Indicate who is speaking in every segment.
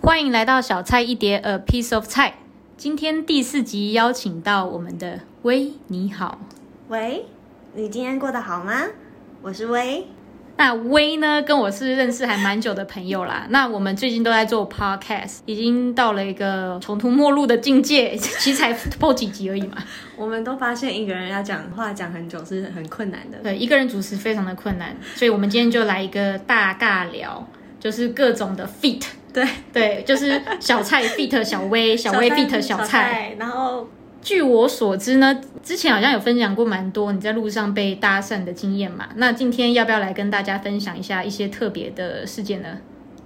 Speaker 1: 欢迎来到小菜一碟，A piece of 菜。今天第四集邀请到我们的威，你好。
Speaker 2: 喂，你今天过得好吗？我是薇。
Speaker 1: 那威呢，跟我是认识还蛮久的朋友啦。那我们最近都在做 podcast，已经到了一个穷途末路的境界， 其实才播几集而已嘛。
Speaker 2: 我们都发现一个人要讲话讲很久是很困难的。
Speaker 1: 对，一个人主持非常的困难，所以我们今天就来一个大尬聊，就是各种的 fit。
Speaker 2: 对
Speaker 1: 对，就是小菜 fit 小薇，小薇 fit 小菜。，
Speaker 2: 然后
Speaker 1: 据我所知呢，之前好像有分享过蛮多你在路上被搭讪的经验嘛。那今天要不要来跟大家分享一下一些特别的事件 呢？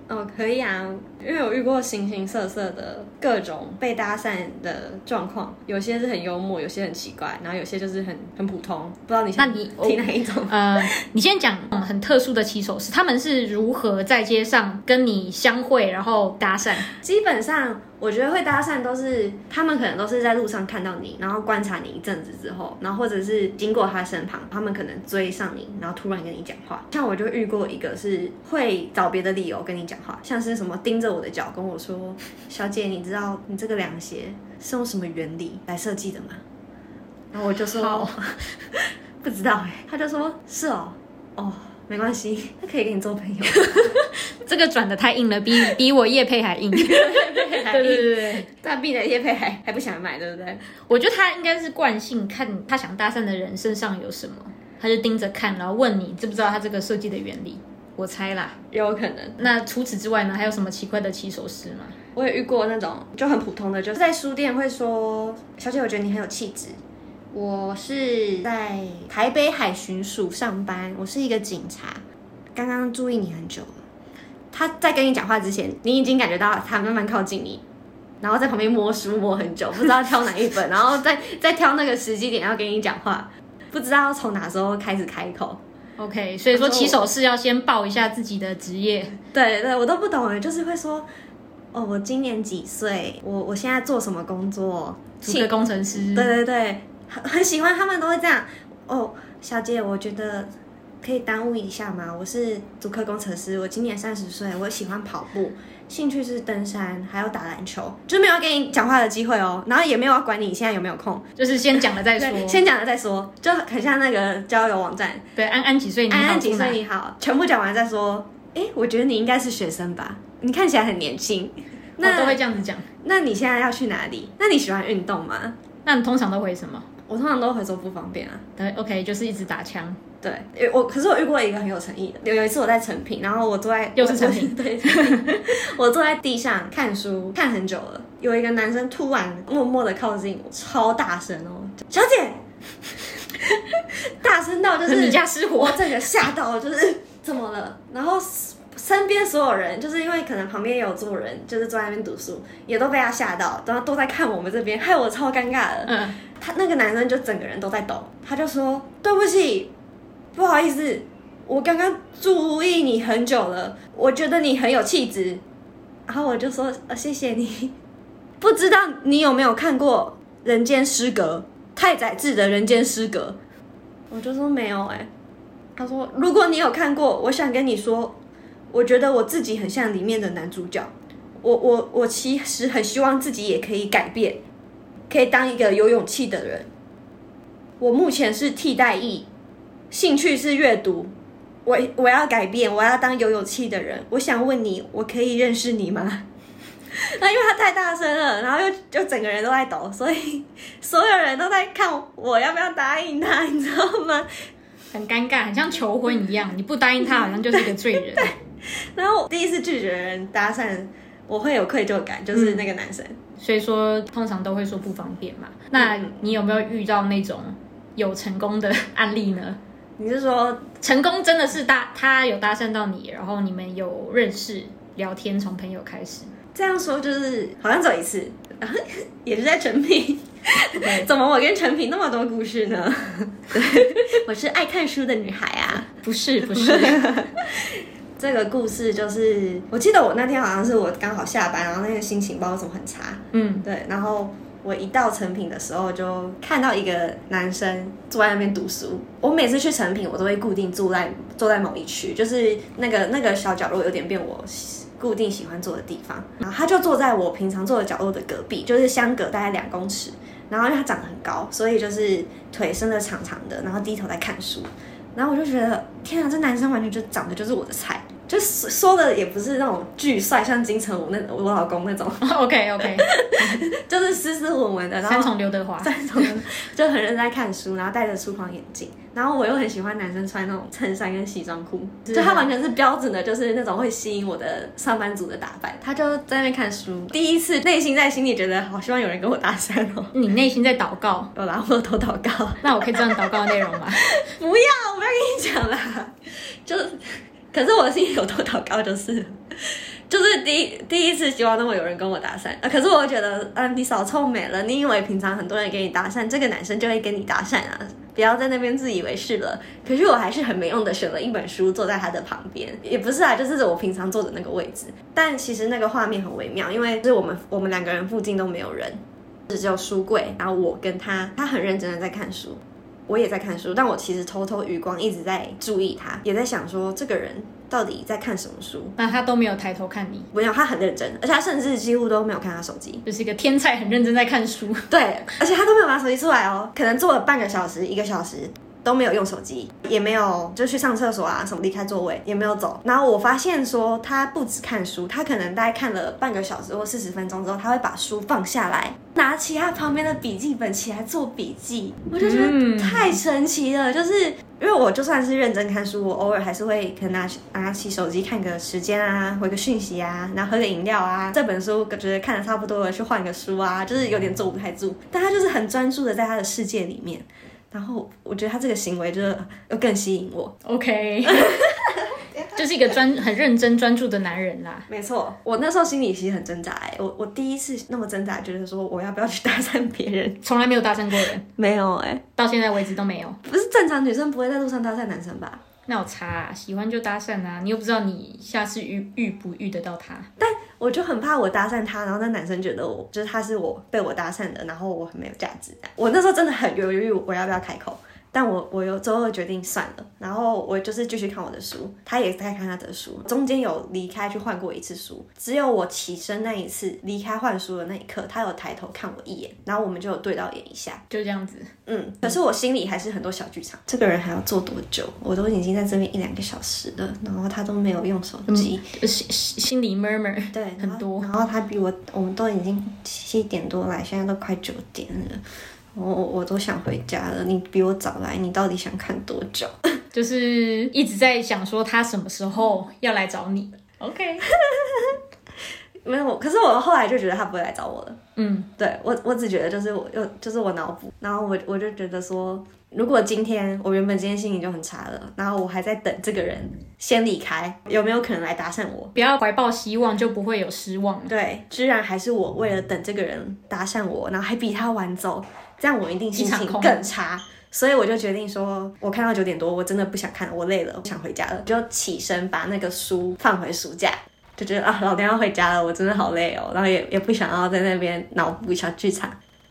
Speaker 2: 哦，可以啊，因为我遇过形形色色的各种被搭讪的状况，有些是很幽默，有些很奇怪，然后有些就是很很普通，不知道你想
Speaker 1: 那你
Speaker 2: 听哪一种？
Speaker 1: 呃，你先讲嗯很特殊的骑手是他们是如何在街上跟你相会，然后搭讪。
Speaker 2: 基本上，我觉得会搭讪都是他们可能都是在路上看到你，然后观察你一阵子之后，然后或者是经过他身旁，他们可能追上你，然后突然跟你讲话。像我就遇过一个是会找别的理由跟你讲话，像是什么盯着我的脚跟我说：“小姐，你知道你这个凉鞋是用什么原理来设计的吗？”然后我就说
Speaker 1: 好：“
Speaker 2: 不知道。”哎，他就说：“是哦，哦，没关系，他可以跟你做朋友。
Speaker 1: 这个转的太硬了，比比我叶配还硬。对” 对对对。
Speaker 2: 但病人叶配还还不想买，对不对？
Speaker 1: 我觉得他应该是惯性，看他想搭讪的人身上有什么，他就盯着看，然后问你知不知道他这个设计的原理。我猜啦。
Speaker 2: 有可能。
Speaker 1: 那除此之外呢，还有什么奇怪的骑手式吗？
Speaker 2: 我也遇过那种就很普通的，就是在书店会说：“小姐，我觉得你很有气质。”我是在台北海巡署上班，我是一个警察，刚刚注意你很久了。他在跟你讲话之前，你已经感觉到他慢慢靠近你，然后在旁边摸书摸很久，不知道挑哪一本，然后再再挑那个时机点要跟你讲话，不知道从哪时候开始开口。
Speaker 1: OK，所以说
Speaker 2: 他说
Speaker 1: 骑手式要先报一下自己的职业。
Speaker 2: 对对，我都不懂哎，就是会说，哦，我今年几岁？我我现在做什么工作？
Speaker 1: 组个工程师，
Speaker 2: 对对对，很很喜欢，他们都会这样。哦，小姐，我觉得可以耽误一下吗？我是足科工程师，我今年三十岁，我喜欢跑步，兴趣是登山，还有打篮球，就没有跟你讲话的机会哦，然后也没有要管你现在有没有空，
Speaker 1: 就是先讲了再说。
Speaker 2: 对，先讲了再说，就很像那个交友网站，
Speaker 1: 对，安安几岁？你好哦
Speaker 2: 安安几
Speaker 1: 住哪
Speaker 2: 岁？你好，全部讲完再说。哎，我觉得你应该是学生吧，你看起来很年轻。
Speaker 1: 我都
Speaker 2: 那、
Speaker 1: 会这样子讲。
Speaker 2: 那你现在要去哪里？那你喜欢运动吗？
Speaker 1: 那你通常都回什么？
Speaker 2: 我通常都会说不方便啊。
Speaker 1: 对，OK，就是一直打枪。
Speaker 2: 对，因为我可是我遇过一个很有诚意的，有有一次我在成品，然后我坐在
Speaker 1: 又是成品，
Speaker 2: 我 对，我坐在地上看书，看很久了，有一个男生突然默默的靠近我，超大声哦，小 姐，大声 到就
Speaker 1: 你
Speaker 2: 是
Speaker 1: 家失火
Speaker 2: 我整个吓到，就是怎么了？然后身边所有人，就是因为可能旁边也有坐人，就是坐在那边读书，也都被他吓到，然后都在看我们这边，害我超尴尬的。
Speaker 1: 嗯，
Speaker 2: 他那个男生就整个人都在抖，他就说：“对不起，不好意思，我刚刚注意你很久了，我觉得你很有气质。”然后我就说：“呃，谢谢你。”不知道你有没有看过《人间失格》太宰治的《人间失格》？我就说没有哎、他说：“如果你有看过，我想跟你说，我觉得我自己很像里面的男主角。我我我其实很希望自己也可以改变。”可以当一个有勇气的人。我目前是替代役，兴趣是阅读。我我要改变，我要当有勇气的人。我想问你，我可以认识你吗？ 那因为他太大声了，然后又就整个人都在抖，所以 所有人都在看我要不要答应他，你知道吗？
Speaker 1: 很尴尬，很像求婚一样，你不答应他，好像就是一个罪 人。
Speaker 2: 然后第一次拒绝人搭讪，我会有愧疚感，就是那个男生。
Speaker 1: 所以说通常都会说不方便嘛。那
Speaker 2: 嗯
Speaker 1: 你有没有遇到那种有成功的案例呢？
Speaker 2: 你是说
Speaker 1: 成功真的是搭他有搭讪到你，然后你们有认识聊天，从朋友开始。
Speaker 2: 这样说就是好像走一次， 然后也是在成品。
Speaker 1: OK，
Speaker 2: 怎么我跟陈平那么多故事呢？ 我是爱看书的女孩啊。
Speaker 1: 不是 不是，
Speaker 2: 这个故事就是，我记得我那天好像是我刚好下班，然后那个心情不知道怎么很差，
Speaker 1: 嗯，
Speaker 2: 对，然后我一到成品的时候，就看到一个男生坐在那边读书。我每次去成品，我都会固定坐在坐在某一区，就是那个那个小角落有点变我固定喜欢坐的地方，然后他就坐在我平常坐的角落的隔壁，就是相隔大概两公尺。然后因为他长得很高，所以就是腿伸得长长的，然后低头在看书。然后我就觉得，天啊，这男生完全就长得就是我的菜，就是说的也不是那种巨帅，像金城武那我老公那种，
Speaker 1: OK OK，
Speaker 2: 就是斯斯文文的， 然
Speaker 1: 嗯三
Speaker 2: 后
Speaker 1: 重刘德华，
Speaker 2: 三重的就很认真在看书，然后戴着粗框眼镜。然后我又很喜欢男生穿那种衬衫跟西装裤，
Speaker 1: 是
Speaker 2: 就他完全是标准的，就是那种会吸引我的上班族的打扮。他就在那边看书，第一次内心在心里觉得，好希望有人跟我搭讪哦。
Speaker 1: 你内心在祷告，
Speaker 2: 有啦，我有偷祷告。
Speaker 1: 那我可以知道你祷告的内容 吗？
Speaker 2: 不要，我不要跟你讲啦。 就是，可是我心里有多祷告，就是，就是第一第一次希望那么有人跟我搭讪啊。可是我觉得，嗯、你少臭美了。你以为平常很多人跟你搭讪，这个男生就会跟你搭讪啊？不要在那边自以为是了。可是我还是很没用的，选了一本书坐在他的旁边，也不是啊，就是我平常坐的那个位置。但其实那个画面很微妙，因为就是我们我们两个人附近都没有人，只有书柜，然后我跟他，他很认真的在看书，我也在看书，但我其实偷偷余光一直在注意他，也在想说这个人到底在看什么书。
Speaker 1: 那他都没有抬头看你，
Speaker 2: 没有，他很认真，而且他甚至几乎都没有看他手机。
Speaker 1: 就是一个天才，很认真在看书。
Speaker 2: 对，而且他都没有拿手机出来哦，可能坐了半个小时、一个小时都没有用手机，也没有就去上厕所啊什么离开座位，也没有走。然后我发现说他不止看书，他可能大概看了半个小时或四十分钟之后，他会把书放下来，拿起他旁边的笔记本起来做笔记。我就觉
Speaker 1: 嗯
Speaker 2: 得太神奇了，就是。因为我就算是认真看书，我偶尔还是会可能拿拿起手机看个时间啊，回个讯息啊，然后喝个饮料啊。这本书觉得看的差不多了，去换个书啊，就是有点坐不太住。但他就是很专注的在他的世界里面，然后我觉得他这个行为就是又更吸引我。
Speaker 1: OK，就是一个专很认真专注的男人啦。
Speaker 2: 没错，我那时候心里其实很挣扎、欸，我我第一次那么挣扎，觉得说我要不要去搭讪别人？
Speaker 1: 从来没有搭讪过人，
Speaker 2: 没有哎、
Speaker 1: 到现在为止都没有。
Speaker 2: 不是正常女生不会在路上搭讪男生吧？
Speaker 1: 那我查、啊，喜欢就搭讪啊，你又不知道你下次遇遇不遇得到他。
Speaker 2: 我就很怕我搭讪他，然后那男生觉得我就是他是我被我搭讪的，然后我很没有价值这样。我那时候真的很犹豫我要不要开口，但我我有最后决定算了，然后我就是继续看我的书，他也在看他的书，中间有离开去换过一次书，只有我起身那一次离开换书的那一刻，他有抬头看我一眼，然后我们就有对到眼一下，
Speaker 1: 就这样子，
Speaker 2: 嗯，可是我心里还是很多小剧场，这个人还要做多久？我都已经在这边一两个小时了，然后他都没有用手机。
Speaker 1: 呃心心心里 murmur
Speaker 2: 对，然后
Speaker 1: 很多
Speaker 2: 然后他比我，我们都已经七点多来，现在都快九点了，我我我都想回家了。你比我早来，你到底想看多久？
Speaker 1: 就是一直在想说他什么时候要来找你。OK，
Speaker 2: 没有，可是我后来就觉得他不会来找我了。
Speaker 1: 嗯，
Speaker 2: 对我，我只觉得就是我又就是我脑补，然后我我就觉得说，如果今天我原本今天心情就很差了，然后我还在等这个人先离开，有没有可能来搭讪我？
Speaker 1: 不要怀抱希望，就不会有失望。
Speaker 2: 对，居然还是我为了等这个人搭讪我，然后还比他晚走，这样我一定心
Speaker 1: 一场
Speaker 2: 情
Speaker 1: 空
Speaker 2: 更差。所以我就决定说，我看到九点多，我真的不想看了，我累了，我想回家了，就起身把那个书放回书架，就觉得啊，老娘要回家了，我真的好累哦，然后也也不想要在那边脑补小剧场。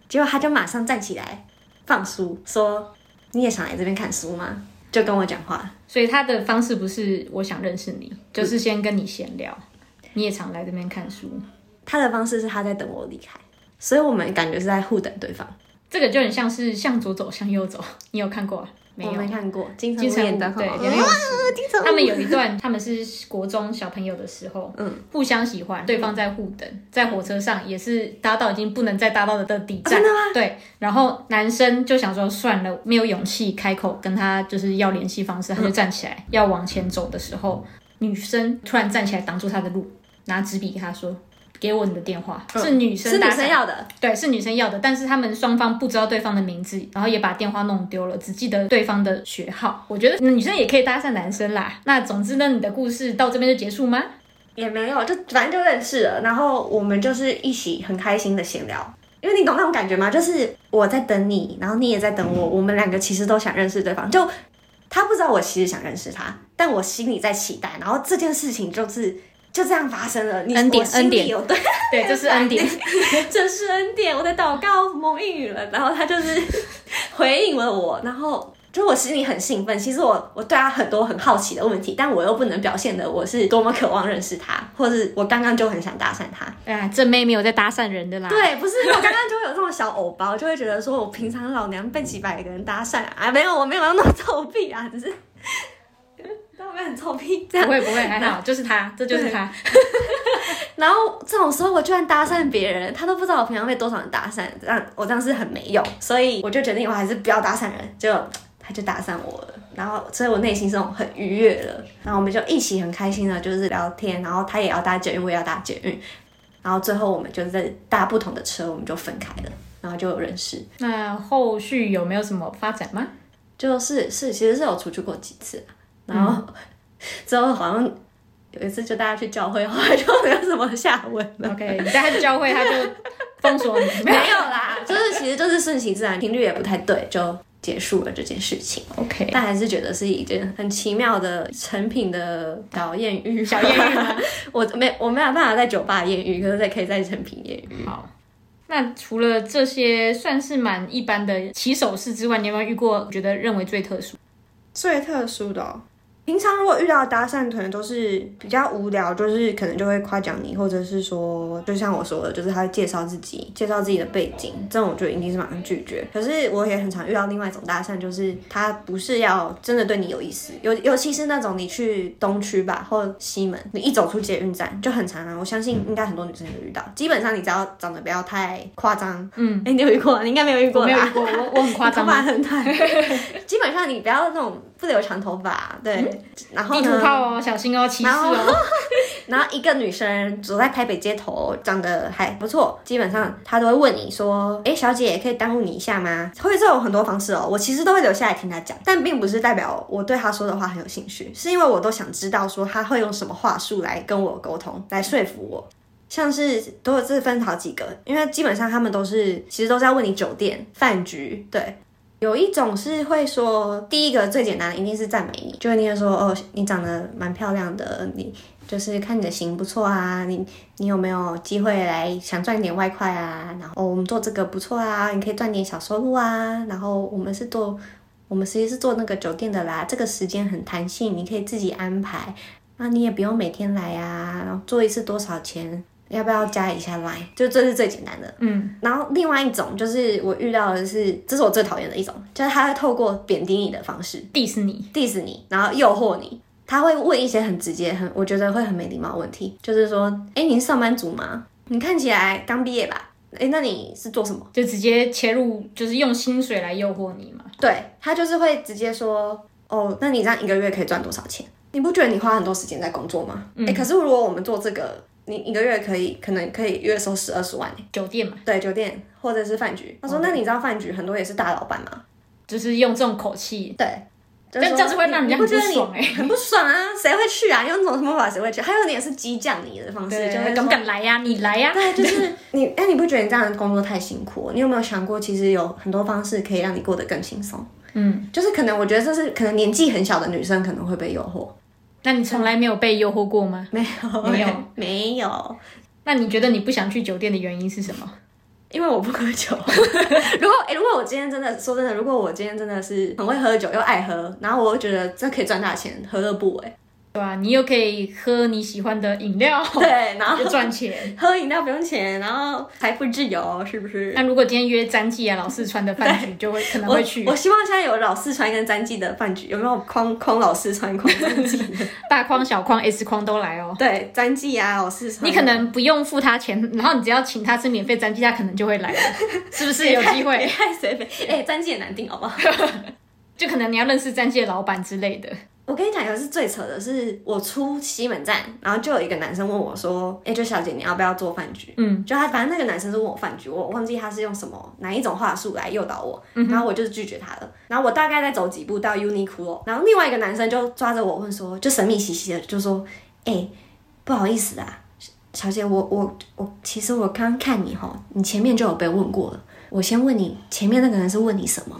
Speaker 2: 结果他就马上站起来放书，说你也想来这边看书吗？就跟我讲话，
Speaker 1: 所以他的方式不是我想认识你，就是先跟你闲聊。你也常来这边看书，
Speaker 2: 他的方式是他在等我离开，所以我们感觉是在互等对方。
Speaker 1: 这个就很像是向左走，向右走。你有看过、啊？没
Speaker 2: 我
Speaker 1: 有。
Speaker 2: 没看过，金城
Speaker 1: 金
Speaker 2: 武
Speaker 1: 城武
Speaker 2: 演的哦
Speaker 1: 对
Speaker 2: 好
Speaker 1: 梁咏琪
Speaker 2: 金城武
Speaker 1: 他们有一段，他们是国中小朋友的时候，嗯，互相喜欢，对方在互等，在火车上也是搭到已经不能再搭到的底站，
Speaker 2: 啊真的吗？
Speaker 1: 对，然后男生就想说算了，没有勇气开口跟他就是要联系方式，他就站起来、要往前走的时候，女生突然站起来挡住他的路，拿纸笔给他说。给我你的电话，是女生
Speaker 2: 嗯是
Speaker 1: 搭
Speaker 2: 女
Speaker 1: 讪
Speaker 2: 生要的，
Speaker 1: 对，是女生要的，但是他们双方不知道对方的名字，然后也把电话弄丢了，只记得对方的学号。我觉得女生也可以搭讪男生啦。那总之呢，你的故事到这边就结束 吗？
Speaker 2: 也没有，就反正就认识了，然后我们就是一起很开心的闲聊。因为你懂那种感觉吗？就是我在等你，然后你也在等我，我们两个其实都想认识对方。就他不知道我其实想认识他，但我心里在期待。然后这件事情就是就这样发生了。你
Speaker 1: 恩典
Speaker 2: 我心里
Speaker 1: 恩典
Speaker 2: 有对，
Speaker 1: 对，这是 恩典。
Speaker 2: 这 是恩典，我的祷告蒙应允了。然后他就是回应了我，然后就是我心里很兴奋，其实我我对他很多很好奇的问题，但我又不能表现的我是多么渴望认识他，或是我刚刚就很想搭讪他。
Speaker 1: 啊，正妹没有在搭讪人的啦。
Speaker 2: 对，不是我刚刚就会有这种小偶包，就会觉得说我平常老娘被几百个人搭讪啊，没有，我没有要那么臭屁啊，只是， 但我没有很臭屁这样
Speaker 1: 不。会不会，还好，就是他，这就是他。
Speaker 2: 然后这种时候我居然搭讪别人，他都不知道我平常被多少人搭讪，这样我这样是很没用，所以我就决定我还是不要搭讪人，结果他就搭讪我了，然后所以我内心是那种很愉悦了，然后我们就一起很开心的，就是聊天，然后他也要搭捷运，我也要搭捷运，然后最后我们就是在搭不同的车，我们就分开了，然后就有认识，
Speaker 1: 那后续有没有什么发展 吗？
Speaker 2: 就是是其实是有出去过几次啊，然后、 之后好像有一次就大家去教会，后来就没有什么下文了。
Speaker 1: OK，你带他去教会，他就封锁你，
Speaker 2: 没有啦，就是其实就是顺其自然，频率也不太对，就结束了这件事情。
Speaker 1: OK，
Speaker 2: 但还是觉得是一件很奇妙的成品的小艳遇，
Speaker 1: 小艳遇吗
Speaker 2: 我没我没有办法在酒吧艳遇，可是在可以在成品艳遇。
Speaker 1: 好。那除了这些算是蛮一般的起手式之外，你有没有遇过觉得认为最特殊？
Speaker 3: 最特殊的、哦。平常如果遇到搭讪，可能都是比较无聊，就是可能就会夸奖你，或者是说，就像我说的，就是他会介绍自己，介绍自己的背景，这种我就一定是马上拒绝。可是我也很常遇到另外一种搭讪，就是他不是要真的对你有意思，尤尤其是那种你去东区吧或西门，你一走出捷运站就很常啊，我相信应该很多女生有遇到。基本上你只要长得不要太夸张，嗯，哎、你有遇过啊？你应该没有遇过
Speaker 1: 我
Speaker 3: 吧？
Speaker 1: 没有遇过，我我很夸张
Speaker 2: 头发
Speaker 1: 吗？
Speaker 2: 很短， 基本上你不要那种不留长头发，对。 然后
Speaker 1: 嗯地图
Speaker 2: 呢？
Speaker 1: 炮哦，小心哦，歧视哦。
Speaker 2: 然后一个女生走在台北街头，长得还不错，基本上她都会问你说：“哎，小姐，可以耽误你一下吗？”会这种很多方式哦。我其实都会留下来听她讲，但并不是代表我对她说的话很有兴趣，是因为我都想知道说她会用什么话术来跟我沟通，来说服我。像是都有这分好几个，因为基本上他们都是其实都在问你酒店、饭局，对。有一种是会说，第一个最简单的一定是赞美你，就是你会说哦，你长得蛮漂亮的，你就是看你的型不错啊，你你有没有机会来想赚点外快啊？然后、哦、我们做这个不错啊，你可以赚点小收入啊。然后我们是做，我们实际是做那个酒店的啦，这个时间很弹性，你可以自己安排。那你也不用每天来啊，然后做一次多少钱？要不要加一下 line？就这是最简单的。
Speaker 1: 嗯，
Speaker 2: 然后另外一种就是我遇到的是，这是我最讨厌的一种，就是他会透过贬低你的方式
Speaker 1: 迪士尼
Speaker 2: diss 你，然后诱惑你。他会问一些很直接、很我觉得会很没礼貌的问题，就是说，哎，你是上班族吗？你看起来刚毕业吧？哎，那你是做什么？
Speaker 1: 就直接切入，就是用薪水来诱惑你嘛。
Speaker 2: 对他就是会直接说，哦，那你这样一个月可以赚多少钱？你不觉得你花很多时间在工作吗？
Speaker 1: 嗯
Speaker 2: 哎、可是如果我们做这个，你一个月可以可能可以月收十二十万、欸，
Speaker 1: 酒店嘛，哦
Speaker 2: 对，酒店或者是饭局。他说，那你知道饭局很多也是大老板吗？
Speaker 1: 就是用这种口气，
Speaker 2: 对，就
Speaker 1: 但
Speaker 2: 说
Speaker 1: 这样子会让人
Speaker 2: 你
Speaker 1: 家
Speaker 2: 你不
Speaker 1: 很
Speaker 2: 觉
Speaker 1: 不
Speaker 2: 得你
Speaker 1: 爽哎、
Speaker 2: 很不爽啊，谁会去啊？用这种什么法谁会去？还有点是激将你的方式，就
Speaker 1: 对，
Speaker 2: 会
Speaker 1: 敢
Speaker 2: 说
Speaker 1: 不敢来呀、你来呀、
Speaker 2: 对，就是你，哎，你不觉得你这样的工作太辛苦？你有没有想过，其实有很多方式可以让你过得更轻松？
Speaker 1: 嗯，
Speaker 2: 就是可能我觉得这是可能年纪很小的女生可能会被诱惑，
Speaker 1: 那你从来没有被诱惑过吗？
Speaker 2: 没有
Speaker 1: 没有
Speaker 2: 没有，
Speaker 1: 那你觉得你不想去酒店的原因是什么？
Speaker 2: 因为我不喝酒。 如果哎、如果我今天真的说真的，如果我今天真的是很会喝酒又爱喝，然后我又觉得这可以赚大钱，何乐不为？
Speaker 1: 对吧、你又可以喝你喜欢的饮料，
Speaker 2: 对，然后
Speaker 1: 又赚钱。
Speaker 2: 喝饮料不用钱，然后财富自由，是不是？
Speaker 1: 那如果今天约詹记啊、老四川的饭局，就会可能
Speaker 2: 我
Speaker 1: 会去
Speaker 2: 我希望现在有老四川跟詹记的饭局，有没有框框老四川框詹记？
Speaker 1: 大框、小框、S 框都来哦。
Speaker 2: 对，詹记啊，老四川。
Speaker 1: 你可能不用付他钱，然后你只要请他吃免费詹记，他可能就会来 了，是不是有机
Speaker 2: 别
Speaker 1: 会？
Speaker 2: 太随便，哎、詹记也难定，好不好？
Speaker 1: 就可能你要认识詹记的老板之类的。
Speaker 2: 我跟你讲，有一次最扯的是，我出西门站，然后就有一个男生问我说：“哎、就小姐，你要不要做饭局？”
Speaker 1: 嗯，
Speaker 2: 就他，反正那个男生是问我饭局，我忘记他是用什么哪一种话术来诱导我，
Speaker 1: 嗯
Speaker 2: 然后我就是拒绝他了。然后我大概再走几步到 Uniqlo，然后另外一个男生就抓着我问说，就神秘兮兮的就说：“哎、不好意思啊，小姐，我我我，其实我刚看你哈，你前面就有被问过了，我先问你，前面那个人是问你什么？”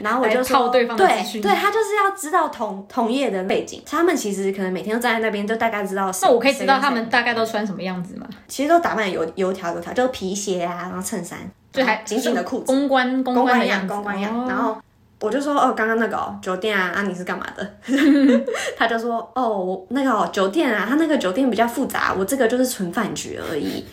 Speaker 2: 然后我就
Speaker 1: 来
Speaker 2: 说
Speaker 1: 套对方的资
Speaker 2: 对
Speaker 1: 讯
Speaker 2: 对，他就是要知道同同业的背景，他们其实可能每天都站在那边，就大概知道谁。
Speaker 1: 那我可以知道
Speaker 2: 谁
Speaker 1: 他们大概都穿什么样子吗？
Speaker 2: 其实都打扮得油油条油条，就是皮鞋啊，然后衬衫，
Speaker 1: 就
Speaker 2: 然后
Speaker 1: 还
Speaker 2: 紧紧的裤子，
Speaker 1: 公关公
Speaker 2: 公
Speaker 1: 关
Speaker 2: 关
Speaker 1: 的
Speaker 2: 样，
Speaker 1: 样子，
Speaker 2: 公关样，
Speaker 1: 哦
Speaker 2: 然后。我就说哦，刚刚那个、哦、酒店啊，啊你是干嘛的？ 他就说哦，我那个、哦、酒店啊，他那个酒店比较复杂，我这个就是纯饭局而已，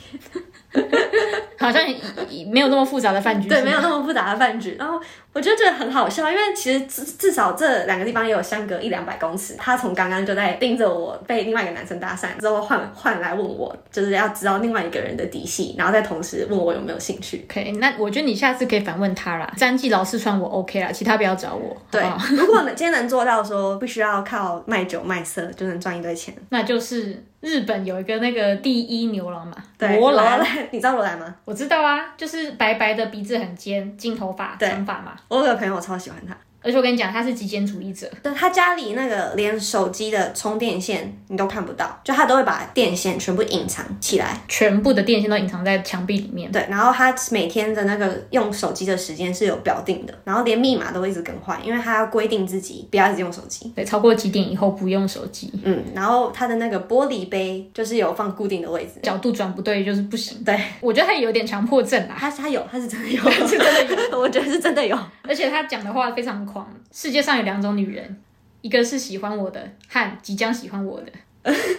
Speaker 1: 好像也也没有那么复杂的饭局，
Speaker 2: 对，
Speaker 1: 是吗
Speaker 2: 没有那么复杂的饭局。然后我就觉得很好笑，因为其实至至少这两个地方也有相隔一两百公尺。他从刚刚就在盯着我被另外一个男生搭讪，之后换换来问我，就是要知道另外一个人的底细，然后再同时问我有没有兴趣。
Speaker 1: OK，那我觉得你下次可以反问他啦，詹记老四川我 OK 啦，其他不要找我，
Speaker 2: 对
Speaker 1: 好不好，
Speaker 2: 如果能今天能做到说不需要靠卖酒卖色就能赚一堆钱，
Speaker 1: 那就是日本有一个那个第一牛郎嘛，
Speaker 2: 对，
Speaker 1: 罗
Speaker 2: 兰
Speaker 1: 兰，，
Speaker 2: 你知道罗兰吗？
Speaker 1: 我知道啊，就是白白的鼻子很尖，金头发，
Speaker 2: 对
Speaker 1: 长发嘛，
Speaker 2: 我有个朋友超喜欢他，
Speaker 1: 而且我跟你讲，他是极简主义者，
Speaker 2: 对他家里那个连手机的充电线你都看不到，就他都会把电线全部隐藏起来。
Speaker 1: 全部的电线都隐藏在墙壁里面，
Speaker 2: 对，然后他每天的那个用手机的时间是有表定的，然后连密码都会一直更换，因为他要规定自己不要一直用手机。
Speaker 1: 对，超过几点以后不用手机，
Speaker 2: 嗯，然后他的那个玻璃杯就是有放固定的位置。
Speaker 1: 角度转不对就是不行，
Speaker 2: 对，
Speaker 1: 我觉得他有点强迫症啊啦，
Speaker 2: 他他有，他是真的有，
Speaker 1: 是真的
Speaker 2: 有，我觉得是真的 有。
Speaker 1: 而且他讲的话非常狂，世界上有两种女人，一个是喜欢我的和即将喜欢我的，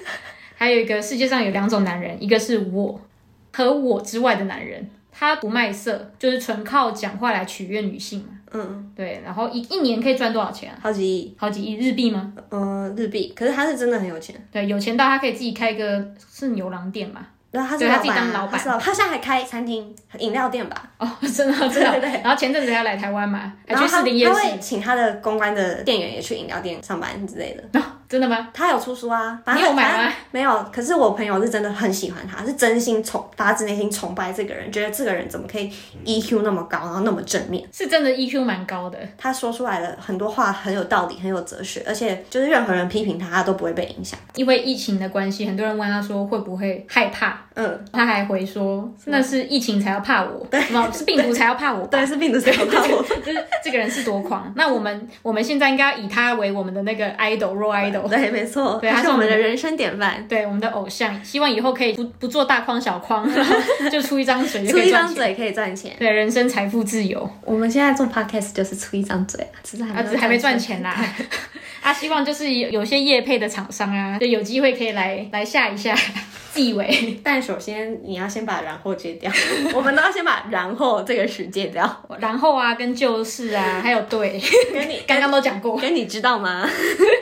Speaker 1: 还有一个世界上有两种男人，一个是我和我之外的男人，他不卖色，就是纯靠讲话来取悦女性嘛。
Speaker 2: 嗯，
Speaker 1: 对，然后一一年可以赚多少钱啊？
Speaker 2: 好几亿，
Speaker 1: 好几亿日币吗？
Speaker 2: 嗯，日币。可是他是真的很有钱，
Speaker 1: 对，有钱到他可以自己开一个是牛郎店嘛？
Speaker 2: 然后他是
Speaker 1: 对他
Speaker 2: 老
Speaker 1: 自己
Speaker 2: 板
Speaker 1: 当
Speaker 2: 啊，
Speaker 1: 老板
Speaker 2: 他是他现在还开餐厅、饮料店吧？
Speaker 1: 哦，真的真的。
Speaker 2: 对对对
Speaker 1: 然后前阵子还要来台湾嘛，还
Speaker 2: 然
Speaker 1: 去
Speaker 2: 后
Speaker 1: 士
Speaker 2: 他
Speaker 1: 林夜
Speaker 2: 他
Speaker 1: 市、
Speaker 2: 会请他的公关的店员也去饮料店上班之类的。
Speaker 1: 哦 真的吗？
Speaker 2: 他有出书啊，
Speaker 1: 你有买吗？
Speaker 2: 没有，可是我朋友是真的很喜欢他，是真心崇发自内心崇拜这个人，觉得这个人怎么可以 EQ 那么高，然后那么正面。
Speaker 1: 是真的 EQ 蛮高的。
Speaker 2: 他说出来的很多话很有道理，很有哲学，而且就是任何人批评他，他都不会被影响。
Speaker 1: 因为疫情的关系，很多人问他说会不会害怕，
Speaker 2: 嗯，
Speaker 1: 他还回说那是疫情才要怕我，什么是病毒才要怕我吧
Speaker 2: 对，？是病毒谁怕我？
Speaker 1: 就是这个人是多狂。那我们我们现在应该要以他为我们的那个 idol role idol，
Speaker 2: 对，没错，
Speaker 1: 对他是
Speaker 2: 是我们
Speaker 1: 我们
Speaker 2: 的人生典范。
Speaker 1: 对我们的偶像，希望以后可以不不做大框小 框，然后就出一张嘴就
Speaker 2: 出
Speaker 1: 可以
Speaker 2: 一
Speaker 1: 赚
Speaker 2: 张
Speaker 1: 钱。
Speaker 2: 嘴可以赚钱，
Speaker 1: 对，人生财富自由，
Speaker 2: 我们现在做 podcast 就是出一张嘴啊，只是还
Speaker 1: 啊，只是还没赚钱啦。 啊，希望就是有有些业配的厂商啊，就有机会可以来来下一下纪委，
Speaker 2: 但首先你要先把然后戒掉， 我们都要先把然后这个词戒掉。
Speaker 1: 然后啊，跟旧事啊，还有对，
Speaker 2: 跟你
Speaker 1: 刚刚都讲过，
Speaker 2: 跟你知道吗？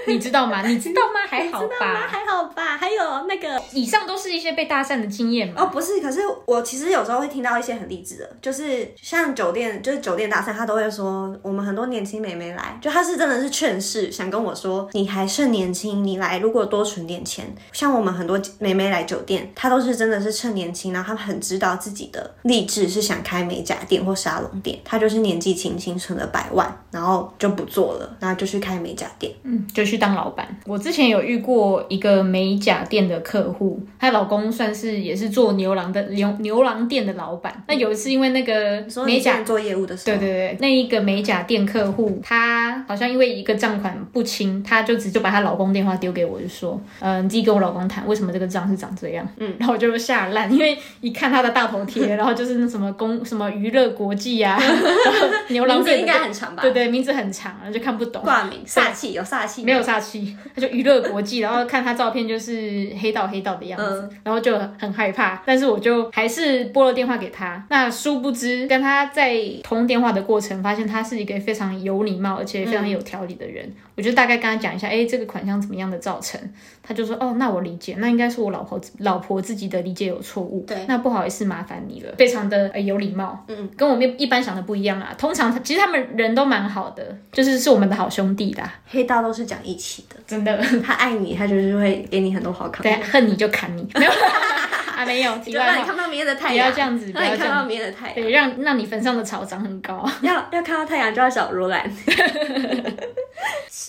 Speaker 1: 你知道吗？你知道吗？还好吧。
Speaker 2: 还好吧，还有那个
Speaker 1: 以上都是一些被搭讪的经验嘛。
Speaker 2: 哦，不是，可是我其实有时候会听到一些很励志的，就是像酒店，就是酒店搭讪，他都会说我们很多年轻美眉来，就他是真的是劝世，想跟我说你还是年轻，你来如果多存点钱，像我们很多美眉来酒店，她都是真的是趁年轻，然后她很知道自己的励志是想开美甲店或沙龙店，她就是年纪轻轻存了百万，然后就不做了，然后就去开美甲店，
Speaker 1: 嗯，就去当老板。我之前有遇过一个美甲店的客户，她老公算是也是做牛郎的牛牛郎店的老板。那有一次因为那个
Speaker 2: 说
Speaker 1: 美
Speaker 2: 你之
Speaker 1: 甲
Speaker 2: 前做业务的时候，
Speaker 1: 对对对，那一个美甲店客户，她好像因为一个账款不清，她就直接把她老公电话丢给我，就说，嗯、你自己跟我老公谈，为什么这个账是长这样？嗯，然后我就吓烂，因为一看她的大头贴，然后就是那什么公 什么娱乐国际呀、啊，然后牛郎
Speaker 2: 名字
Speaker 1: 店
Speaker 2: 应该很长吧？
Speaker 1: 对对，名字很长，然后就看不懂。
Speaker 2: 挂名煞气有煞气吗
Speaker 1: 没有煞气， 他就娱乐国际，然后看他照片就是黑道黑道的样子，然后就很害怕。但是我就还是拨了电话给他。那殊不知跟他在通电话的过程，发现他是一个非常有礼貌而且非常有条理的人。我就大概跟他讲一下，哎，这个款项怎么样的造成，他就说，哦，那我理解，那应该是我老婆老婆自己的理解有错误。
Speaker 2: 对
Speaker 1: 那不好意思，麻烦你了，非常的、呃、有礼貌。嗯，跟我们一般想的不一样啊。通常他其实他们人都蛮好的，就是是我们的好兄弟啦，
Speaker 2: 黑道都是讲义气的，
Speaker 1: 真的。
Speaker 2: 他爱你，他就是会给你很多好看。
Speaker 1: 对，，恨你就砍 你，没有 啊，没有，题
Speaker 2: 就让
Speaker 1: 外
Speaker 2: 嗯你
Speaker 1: 话，
Speaker 2: 看不到明天的太
Speaker 1: 不要
Speaker 2: 阳，
Speaker 1: 这样子不
Speaker 2: 让
Speaker 1: 要
Speaker 2: 你
Speaker 1: 这
Speaker 2: 看不
Speaker 1: 样
Speaker 2: 到明天的太阳。
Speaker 1: 对，让让你坟上的草长很高。
Speaker 2: 要要看到太阳就要找罗 兰，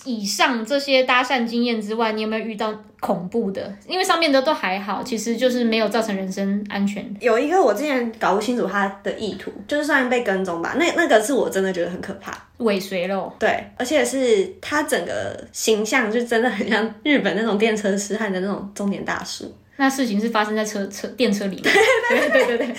Speaker 1: 以上这些搭讪经验之外，你有没有遇到恐怖的？因为上面的都还好，其实就是没有造成人身安全。
Speaker 2: 有一个我之前搞不清楚他的意图，就是算被跟踪吧，那那个是我真的觉得很可怕。
Speaker 1: 尾随喽，
Speaker 2: 对，而且是他整个形象就真的很像日本那种电车痴汉的那种中年大叔，
Speaker 1: 那事情是发生在车车电车里面，对对对对，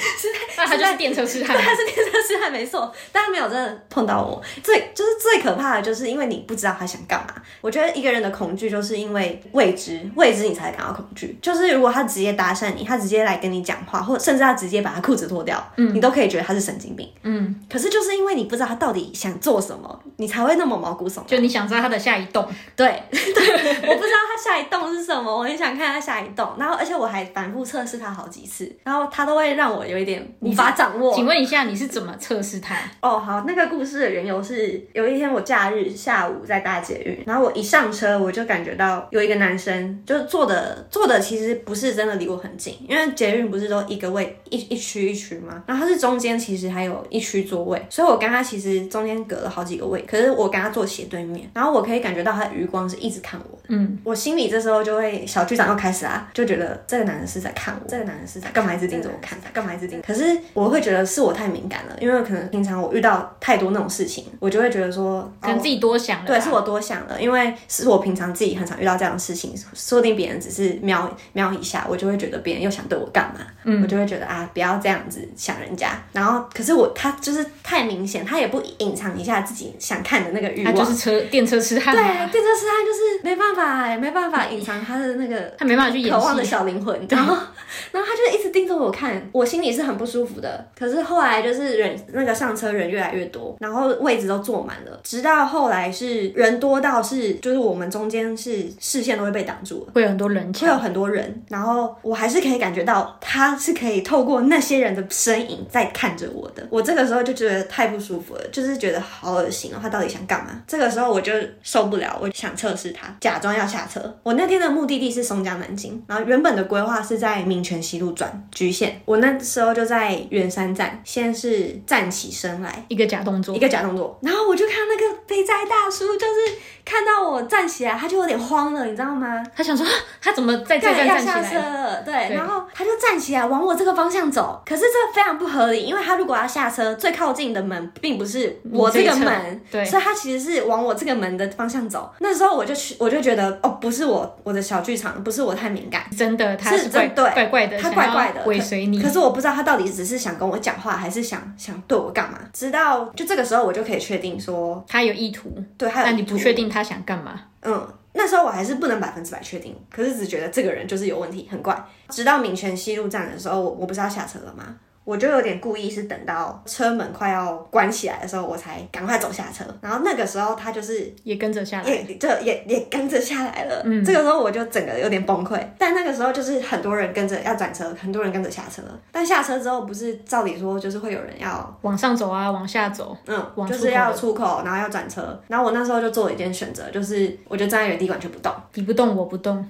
Speaker 1: 那他就是电车痴汉，
Speaker 2: 他是电车痴汉没错，但他没有真的碰到我。最就是最可怕的，就是因为你不知道他想干嘛。我觉得一个人的恐惧，就是因为未知，未知你才感到恐惧。就是如果他直接搭讪你，他直接来跟你讲话，或者甚至他直接把他裤子脱掉，你都可以觉得他是神经病。
Speaker 1: 嗯，
Speaker 2: 可是就是因为你不知道他到底想做什么，你才会那么毛骨悚然。
Speaker 1: 就你想知道他的下一动，
Speaker 2: 对对，我不知道他下一栋是什么，我很想看他下一栋。然后，而且我还反复测试他好几次，然后他都会让我有一点无法掌握。
Speaker 1: 请问一下你是怎么测试他？
Speaker 2: 哦，好，那个故事的缘由是，有一天我假日下午在搭捷运，然后我一上车，我就感觉到有一个男生，就是坐的坐的其实不是真的离我很近，因为捷运不是都一个位一一区一区吗？然后他是中间其实还有一区座位，所以我跟他其实中间隔了好几个位，可是我跟他坐斜对面，然后我可以感觉到他的余光是一直看我的，
Speaker 1: 嗯，
Speaker 2: 我心里这时候就会小剧场又开始啦，就觉得这个男人是在看我，这个男人是在干嘛一直盯着我看，他干嘛一直盯？可是我会觉得是我太敏感了，因为可能平常我遇到太多那种事情，我就会觉得说，
Speaker 1: 可能自
Speaker 2: 己、
Speaker 1: 己多想了吧，
Speaker 2: 哦对是我多想了，因为是我平常自己很常遇到这样的事情，说不定别人只是瞄瞄一下，我就会觉得别人又想对我干嘛，
Speaker 1: 嗯
Speaker 2: 我就会觉得啊，不要这样子想人家。然后可是我他就是太明显，他也不隐藏一下自己想看的那个欲
Speaker 1: 他
Speaker 2: 望，
Speaker 1: 就是车电车痴汉
Speaker 2: 对，
Speaker 1: 嘛，
Speaker 2: 电车痴汉就是没办法，没办法隐藏他的那个
Speaker 1: 他没办法去演
Speaker 2: 渴望的
Speaker 1: 戏，嗯
Speaker 2: 小灵魂，然后， 然后他就一直盯着我看，我心里是很不舒服的。可是后来就是人那个上车人越来越多，然后位置都坐满了，直到后来是人多到是就是我们中间是视线都会被挡住了。
Speaker 1: 会有很多人
Speaker 2: 会有
Speaker 1: 墙，
Speaker 2: 很多人，然后我还是可以感觉到他是可以透过那些人的身影在看着我的。我这个时候就觉得太不舒服了，就是觉得好恶心哦，他到底想干嘛？这个时候我就受不了，我想测试他，假装要下车。我那天的目的地是松江南京，然后原本的规划是在民权西路转局限，我那时候就在圆山站，先是站起身来，
Speaker 1: 一个假动作
Speaker 2: 一，个假动作，然后我就看那个肥宅大叔，就是看到我站起来，他就有点慌了，你知道吗？
Speaker 1: 他想说 啊他怎么在这
Speaker 2: 对，
Speaker 1: 站
Speaker 2: 要
Speaker 1: 站
Speaker 2: 下
Speaker 1: 起
Speaker 2: 车
Speaker 1: 来了？
Speaker 2: 了，对，
Speaker 1: 对
Speaker 2: 然后他就站起来往我这个方向走，可是这非常不合理，因为他如果要下车，最靠近的门并不是我这
Speaker 1: 这一
Speaker 2: 个
Speaker 1: 侧
Speaker 2: 门，
Speaker 1: 对
Speaker 2: 所以他其实是往我这个门的方向走。那时候我就去，我就觉得哦，不是我我的小剧场，不是我太敏感，
Speaker 1: 真的，他
Speaker 2: 是
Speaker 1: 是怪
Speaker 2: 真对
Speaker 1: 怪怪的，
Speaker 2: 他怪怪的
Speaker 1: 想要尾随你
Speaker 2: 可。是我不知道他到底只是想跟我讲话，还是想想对我干嘛。直到就这个时候，我就可以确定说，
Speaker 1: 他有意图，
Speaker 2: 对，还有
Speaker 1: 但
Speaker 2: 意
Speaker 1: 你不
Speaker 2: 图
Speaker 1: 确定他想干嘛。
Speaker 2: 嗯，那时候我还是不能百分之百确定，可是只觉得这个人就是有问题，很怪。直到民权西路站的时候，我我不是要下车了吗？我就有点故意是等到车门快要关起来的时候，我才赶快走下车。然后那个时候他就是
Speaker 1: 也跟着下来，
Speaker 2: 也就也也跟着下来了。
Speaker 1: 嗯
Speaker 2: 这个时候我就整个有点崩溃。但那个时候就是很多人跟着要转车，很多人跟着下车。但下车之后不是照理说就是会有人要
Speaker 1: 往上走啊，往下走，
Speaker 2: 嗯，
Speaker 1: 往
Speaker 2: 就
Speaker 1: 出
Speaker 2: 是
Speaker 1: 口
Speaker 2: 要
Speaker 1: 的
Speaker 2: 出口，然后要转车。然后我那时候就做了一件选择，就是我就站在原地完全不动。
Speaker 1: 你不动我不动。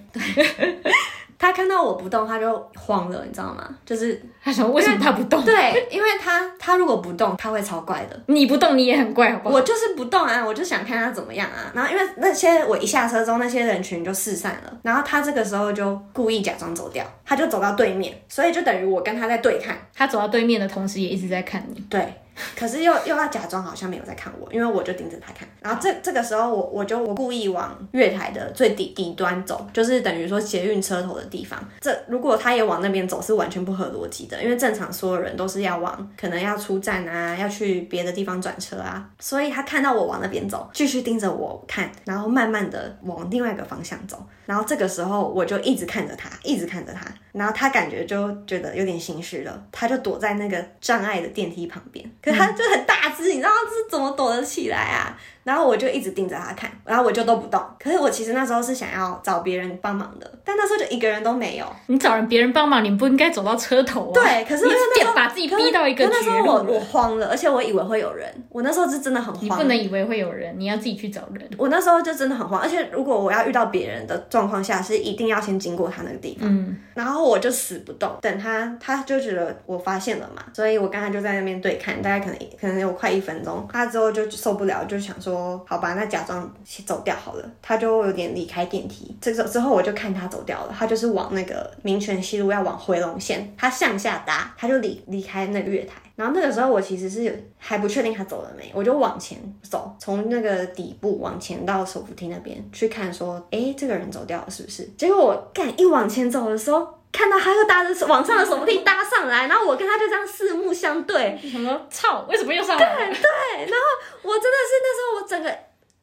Speaker 2: 他看到我不动，他就慌了，你知道吗？就是
Speaker 1: 他想为什么他不动？
Speaker 2: 对，因为他他如果不动，他会超怪的。
Speaker 1: 你不动你也很怪，好不好？
Speaker 2: 我就是不动啊，我就想看他怎么样啊。然后因为那些我一下车之后，那些人群就四散了。然后他这个时候就故意假装走掉，他就走到对面，所以就等于我跟他在对看。
Speaker 1: 他走到对面的同时也一直在看你，
Speaker 2: 对，可是又又要假装好像没有在看我，因为我就盯着他看。然后这这个时候我我就我故意往月台的最底底端走，就是等于说捷运车头的地方。这如果他也往那边走，是完全不合逻辑的，因为正常所有人都是要往可能要出站啊，要去别的地方转车啊。所以他看到我往那边走，继续盯着我看，然后慢慢的往另外一个方向走。然后这个时候我就一直看着他，一直看着他，然后他感觉就觉得有点心虚了，他就躲在那个障碍的电梯旁边。
Speaker 1: 嗯
Speaker 2: 可是他就很大只，你知道这怎么躲得起来啊？然后我就一直盯着他看，然后我就都不动。可是我其实那时候是想要找别人帮忙的，但那时候就一个人都没有。
Speaker 1: 你找人别人帮忙，你不应该走到车头啊。
Speaker 2: 对，可是因
Speaker 1: 你
Speaker 2: 为那
Speaker 1: 点
Speaker 2: 时候
Speaker 1: 把自己
Speaker 2: 可是
Speaker 1: 逼到一个
Speaker 2: 可是那时候
Speaker 1: 绝路
Speaker 2: 我
Speaker 1: 了
Speaker 2: 我慌了，而且我以为会有人，我那时候是真的很
Speaker 1: 你
Speaker 2: 慌
Speaker 1: 不。能以为会有人，你要自己去找人。
Speaker 2: 我那时候就真的很慌，而且如果我要遇到别人的状况下，是一定要先经过他那个地方。
Speaker 1: 嗯，
Speaker 2: 然后我就死不动，等他，他就觉得我发现了嘛，所以我跟他就在那边对看，大概可能可能有快一分钟，他之后就受不了，就想说好吧，那假装走掉好了，他就有点离开电梯。这个之后我就看他走掉了，他就是往那个民权西路要往回龙线，他向下搭，他就离离开那个月台。然后那个时候我其实是有还不确定他走了没，我就往前走，从那个底部往前到手扶梯那边去看，说，诶，这个人走掉了是不是？结果我干一往前走的时候，看到他又搭着往上的手扶梯搭上来，然后我跟他就这样四目相对，
Speaker 1: 什么操，为什么又上来了？
Speaker 2: 我真的是那时候我整个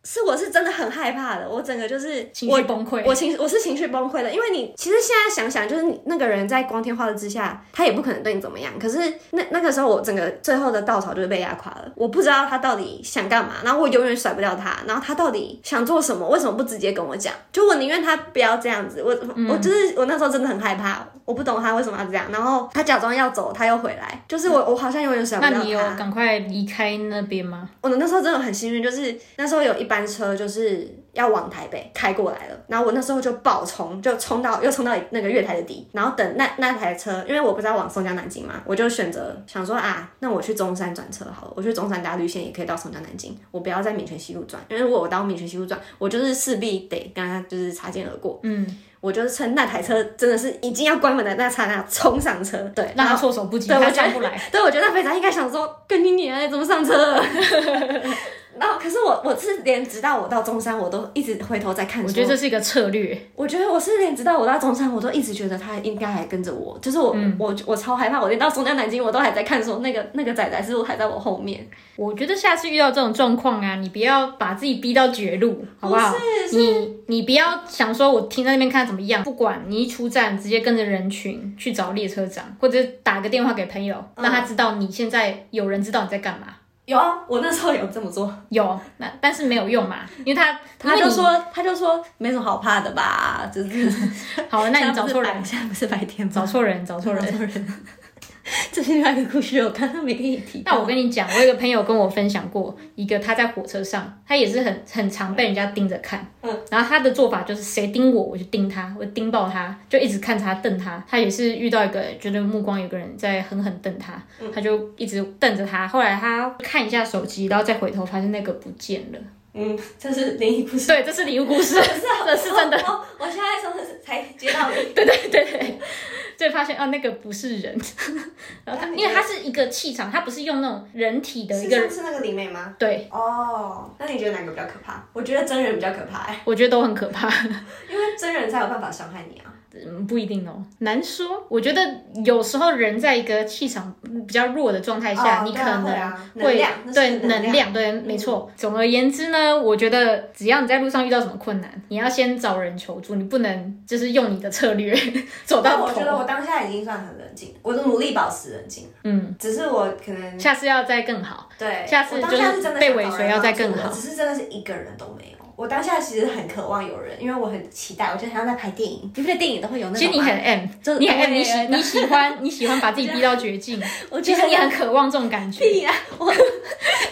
Speaker 2: 是我是真的很害怕的，我整个就是
Speaker 1: 情
Speaker 2: 我
Speaker 1: 绪崩溃。
Speaker 2: 我情我是情绪崩溃的，因为你其实现在想想，就是你那个人在光天化日之下，他也不可能对你怎么样。可是那那个时候，我整个最后的稻草就是被压垮了。我不知道他到底想干嘛，然后我永远甩不掉他，然后他到底想做什么？为什么不直接跟我讲？就我宁愿他不要这样子。我我
Speaker 1: 嗯
Speaker 2: 我就是我那时候真的很害怕，我不懂他为什么要这样。然后他假装要走，他又回来，就是我我好像永远甩不
Speaker 1: 嗯那
Speaker 2: 掉他。
Speaker 1: 你有赶快离开那边吗？
Speaker 2: 我那时候真的很幸运，就是那时候有一班车就是要往台北开过来了，然后我那时候就爆冲，就冲到又冲到那个月台的底，然后等那那台车，因为我不是要往松江南京嘛，我就选择想说啊，那我去中山转车好了，我去中山搭绿线也可以到松江南京，我不要在民权西路转，因为如果我到民权西路转，我就是势必得跟他就是擦肩而过，
Speaker 1: 嗯，
Speaker 2: 我就是趁那台车真的是已经要关门的那刹那冲上车，对，
Speaker 1: 让他措手不及，
Speaker 2: 对我
Speaker 1: 他
Speaker 2: 觉得
Speaker 1: 上不 来。
Speaker 2: 对，我觉得那肥仔应该想说，跟你女
Speaker 1: 哎
Speaker 2: 儿怎么上车？ 然后，可是我我是连直到我到中山，我都一直回头在看。
Speaker 1: 我觉得，这是一个策略，
Speaker 2: 我觉得我是连直到我到中山，我都一直觉得他应该还跟着我，就是我、
Speaker 1: 嗯
Speaker 2: 我我超害怕，我连到松江南京，我都还在看说那个那个仔仔是不是还在我后面？
Speaker 1: 我觉得下次遇到这种状况啊，你不要把自己逼到绝路，好不好？你你不要想说我停在那边看怎么样，不管你一出站直接跟着人群去找列车长，或者打个电话给朋友，
Speaker 2: 嗯
Speaker 1: 让他知道你现在有人知道你在干嘛。
Speaker 2: 有啊，我那时候有这么做，
Speaker 1: 有，那但是没有用嘛，因为他
Speaker 2: 他
Speaker 1: 因为
Speaker 2: 就
Speaker 1: 你
Speaker 2: 说他就说没什么好怕的吧，就是
Speaker 1: 好， 那你找错人，，
Speaker 2: 现在不是白天吗？
Speaker 1: 找错人， 找错人。
Speaker 2: 错人。 这是另外一个故事，我刚刚没跟你提到。
Speaker 1: 那我跟你讲，我有一个朋友跟我分享过一个，他在火车上，他也是很很常被人家盯着看。嗯，然后他的做法就是谁盯我，我就盯他，我盯爆他，就一直看着他瞪他。他也是遇到一个觉得目光有个人在狠狠瞪他，他就一直瞪着他。后来他看一下手机，然后再回头发现那个不见了。
Speaker 2: 嗯，这是灵异故事。
Speaker 1: 对，这是礼物故事， 这是真的。
Speaker 2: 我。哦我我现在真的是才接到你。
Speaker 1: 对对对对，就发现啊，那个不是人。 然后他，因为他是一啊个气场，他不是用那种人体的一个，
Speaker 2: 是那个灵媒吗？
Speaker 1: 对
Speaker 2: 哦，那你觉得哪个比较可怕？我觉得真人比较可怕、欸，
Speaker 1: 我觉得都很可怕。
Speaker 2: 因为真人才有办法伤害你啊。
Speaker 1: 嗯，不一定哦，难说。我觉得有时候人在一个气场比较弱的状态下，
Speaker 2: 哦
Speaker 1: 你
Speaker 2: 对
Speaker 1: 可
Speaker 2: 啊
Speaker 1: 能
Speaker 2: 会啊能
Speaker 1: 会
Speaker 2: 量那是
Speaker 1: 对
Speaker 2: 能量嗯
Speaker 1: 量，对，没错。总而言之呢，我觉得只要你在路上遇到什么困难，你要先找人求助，你不能就是用你的策略 走
Speaker 2: 但
Speaker 1: 到
Speaker 2: 我觉得
Speaker 1: 头。
Speaker 2: 我当下已经算很冷静，我都努力保持冷静，
Speaker 1: 嗯，
Speaker 2: 只是我可能
Speaker 1: 下次要再更好。
Speaker 2: 对，
Speaker 1: 下次
Speaker 2: 我当下是真
Speaker 1: 就是
Speaker 2: 的想
Speaker 1: 被尾
Speaker 2: 找
Speaker 1: 随
Speaker 2: 人
Speaker 1: 要
Speaker 2: 帮
Speaker 1: 再
Speaker 2: 助
Speaker 1: 更
Speaker 2: 我
Speaker 1: 好
Speaker 2: 只是真的是一个人都没有。我当下其实很渴望有人，因为我很期待，我就很像在拍电影，你不觉得电影都会有那
Speaker 1: 其实
Speaker 2: 种
Speaker 1: 你很
Speaker 2: 吗？
Speaker 1: M，
Speaker 2: 就是
Speaker 1: 你很
Speaker 2: 对
Speaker 1: M，你喜
Speaker 2: 对对
Speaker 1: 你喜欢你喜欢把自己逼到绝境，
Speaker 2: 我
Speaker 1: 其
Speaker 2: 觉
Speaker 1: 实
Speaker 2: 得
Speaker 1: 你很渴望这种感觉。
Speaker 2: 屁啊！我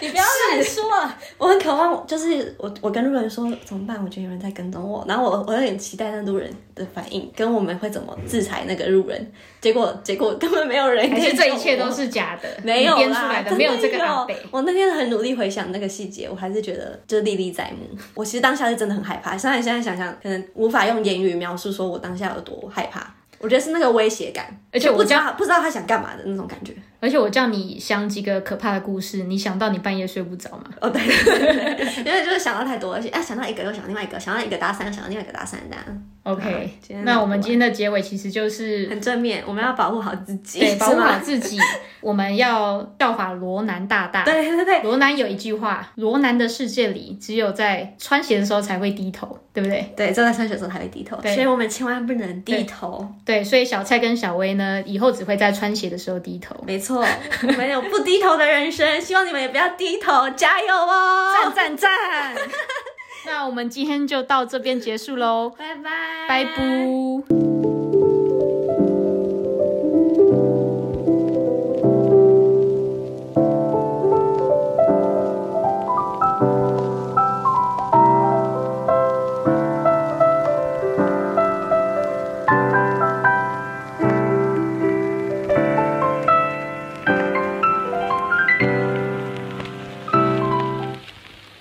Speaker 2: 你不要乱说啊，我很渴望，就是我我跟路人说怎么办？我觉得有人在跟踪我，然后我我有点期待那路人的反应，跟我们会怎么制裁那个路人。结果结果根本没有人可
Speaker 1: 还
Speaker 2: 以
Speaker 1: 是这一切
Speaker 2: 救我
Speaker 1: 都是假的，
Speaker 2: 没有
Speaker 1: 你
Speaker 2: 啦
Speaker 1: 编出来的，
Speaker 2: 真
Speaker 1: 没有这个阿
Speaker 2: 有
Speaker 1: 北。
Speaker 2: 我那天很努力回想那个细节，我还是觉得就历历在目。我其实当下是真的很害怕，虽然现在想想可能无法用言语描述说我当下有多害怕。我觉得是那个威胁感，
Speaker 1: 而且我
Speaker 2: 就不知道不知道他想干嘛的那种感觉。
Speaker 1: 而且我叫你想几个可怕的故事，你想到你半夜睡不着吗？
Speaker 2: 哦，对对对对， 因为就是想到太多，而且啊，想到一个又想到另外一个，想到一个搭三，想到另外一个搭三，这样
Speaker 1: OK，
Speaker 2: 哦今天
Speaker 1: 那我们今天的结尾其实就是
Speaker 2: 很正面。我们要保护好自己，
Speaker 1: 对保护好
Speaker 2: 己。
Speaker 1: 自己，我们要效法罗南大大。
Speaker 2: 对对对，
Speaker 1: 罗南有一句话：“罗南的世界里，只有在穿鞋的时候才会低头，对不对？”
Speaker 2: 对，正在上学的时候才会低头，
Speaker 1: 对
Speaker 2: 所以我们千万不能低头。
Speaker 1: 对，所以小蔡跟小薇呢，以后只会在穿鞋的时候低头。
Speaker 2: 没错，我们有不低头的人生，希望你们也不要低头，加油哦！
Speaker 1: 赞 赞！那我们今天就到这边结束喽，
Speaker 2: 拜
Speaker 1: 拜。
Speaker 2: 拜，
Speaker 1: 拜。